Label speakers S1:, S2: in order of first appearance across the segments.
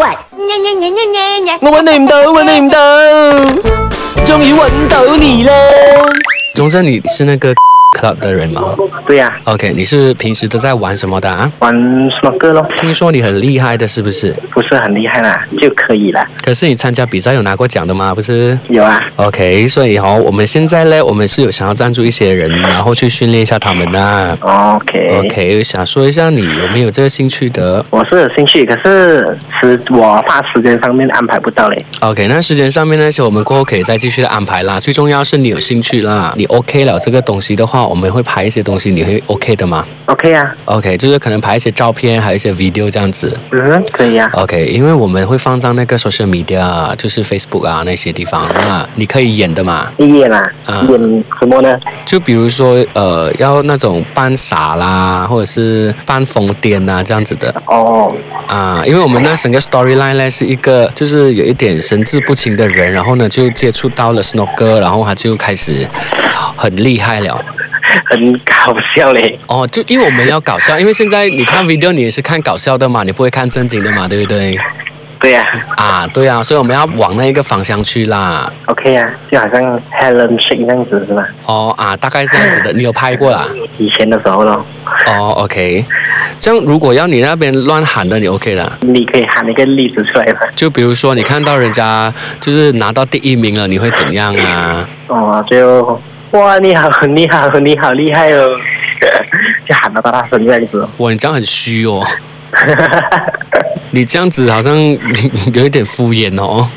S1: 呀呀呀呀呀！
S2: 我揾你唔到，揾你唔到，終於揾到你啦！
S3: 钟正，你是那个 club 的人吗
S4: 对呀、
S3: ？OK，你是平时都在玩什么的啊？
S4: 玩 snooker 咯，
S3: 听说你很厉害的，是不是？
S4: 不是很厉害啦，就可以啦。
S3: 可是你参加比赛有拿过奖的吗？不是
S4: 有啊，
S3: ？OK，所以哈、哦，我们现在呢，我们是有想要赞助一些人，然后去训练一下他们呐、
S4: OK，,
S3: OK，想说一下你有没有这个兴趣的
S4: 我是有兴趣，可是时我怕时间上面安排不到嘞。
S3: ？OK，那时间上面那些我们过后可以再继续的安排啦。最重要是你有兴趣啦，你 OK 了这个东西的话，我们会拍一些东西，你会 OK 的吗
S4: OK 啊，
S3: ？OK，就是可能拍一些照片，还有一些 video 这样子。
S4: 嗯，可以啊。
S3: OK，因为我们会放上那个 social media，就是 Facebook 啊那些地方啊，你可以演的嘛。
S4: 毕业啦，
S3: 啊
S4: 演什么呢？
S3: 就比如说呃，要那种扮傻啦，或者是扮疯癫啊这样子的
S4: 哦，
S3: 啊。因为我们那整个 storyline 呢是一个就是有一点神志不清的人，然后呢就接触到了 Snow 哥，然后他就开始很厉害了。
S4: 很搞笑嘞。
S3: 哦，就因为我们要搞笑，因为现在你看 video 你也是看搞笑的嘛，你不会看正经的嘛，对不对？
S4: 对呀、
S3: 啊，对啊，所以我们要往那一个方向去啦。
S4: o k 啊，就好像 Helen Shake 那样子是吧？
S3: 哦啊，大概是这样子的，你有拍过啦？
S4: 以前的时候咯，
S3: 哦，OK，这样如果要你那边乱喊的，你 OK 啦。
S4: 你可以喊一个例子出来吗？
S3: 就比如说你看到人家就是拿到第一名了，你会怎样啊？
S4: 哦，就哇，你好，你好，你好厉害哦， 就喊到大大声这样子哦。
S3: 哇，你这样很虚哦，你这样子好像有一点敷衍哦。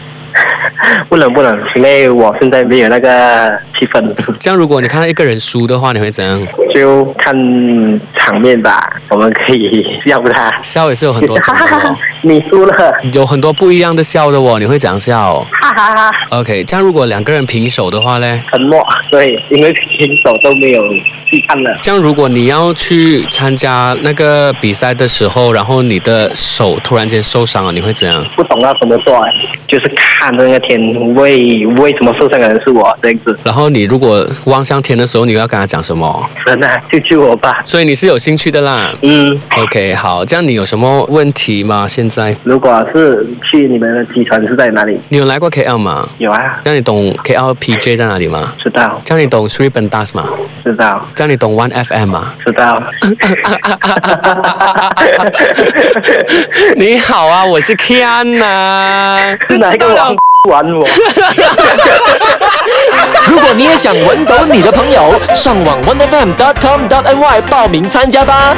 S4: 不能不能，因为我现在没有那个气氛，
S3: 这样如果你看到一个人输的话，你会怎样？
S4: 就看场面吧。我们可以笑他。
S3: 笑也是有很多种的哦，
S4: 你输了，
S3: 有很多不一样的笑的哦，你会怎样笑
S4: 哈哈哈！
S3: ？OK，这样如果两个人平手的话嘞？
S4: 沉默，对，因为平手都没有去看了。
S3: 这样，如果你要去参加那个比赛的时候，然后你的手突然间受伤了，你会怎样？
S4: 不懂要怎么做，就是看着那个天，为为什么受伤的人是我这样子，
S3: 然后你如果望向天的时候，你要跟他讲什么？
S4: 神啊，救救我吧！
S3: 所以你是有兴趣的啦。
S4: 嗯，
S3: OK，好，这样你有什么问题吗？现在
S4: 如果是去你们的集团是在哪里？
S3: 你有来过 KL 吗？
S4: 有啊，
S3: 这样你懂 KLPJ 在哪里吗？
S4: 知道，
S3: 这样你懂 Sri Bendas 吗？
S4: 知道，
S3: 这样你懂 One FM 吗？
S4: 知道。
S3: 你好啊，我是 Kiana，
S4: 是哪一个王玩我？
S2: 如果你也想揾到你的朋友，上网 onefm.com.ny 报名参加吧。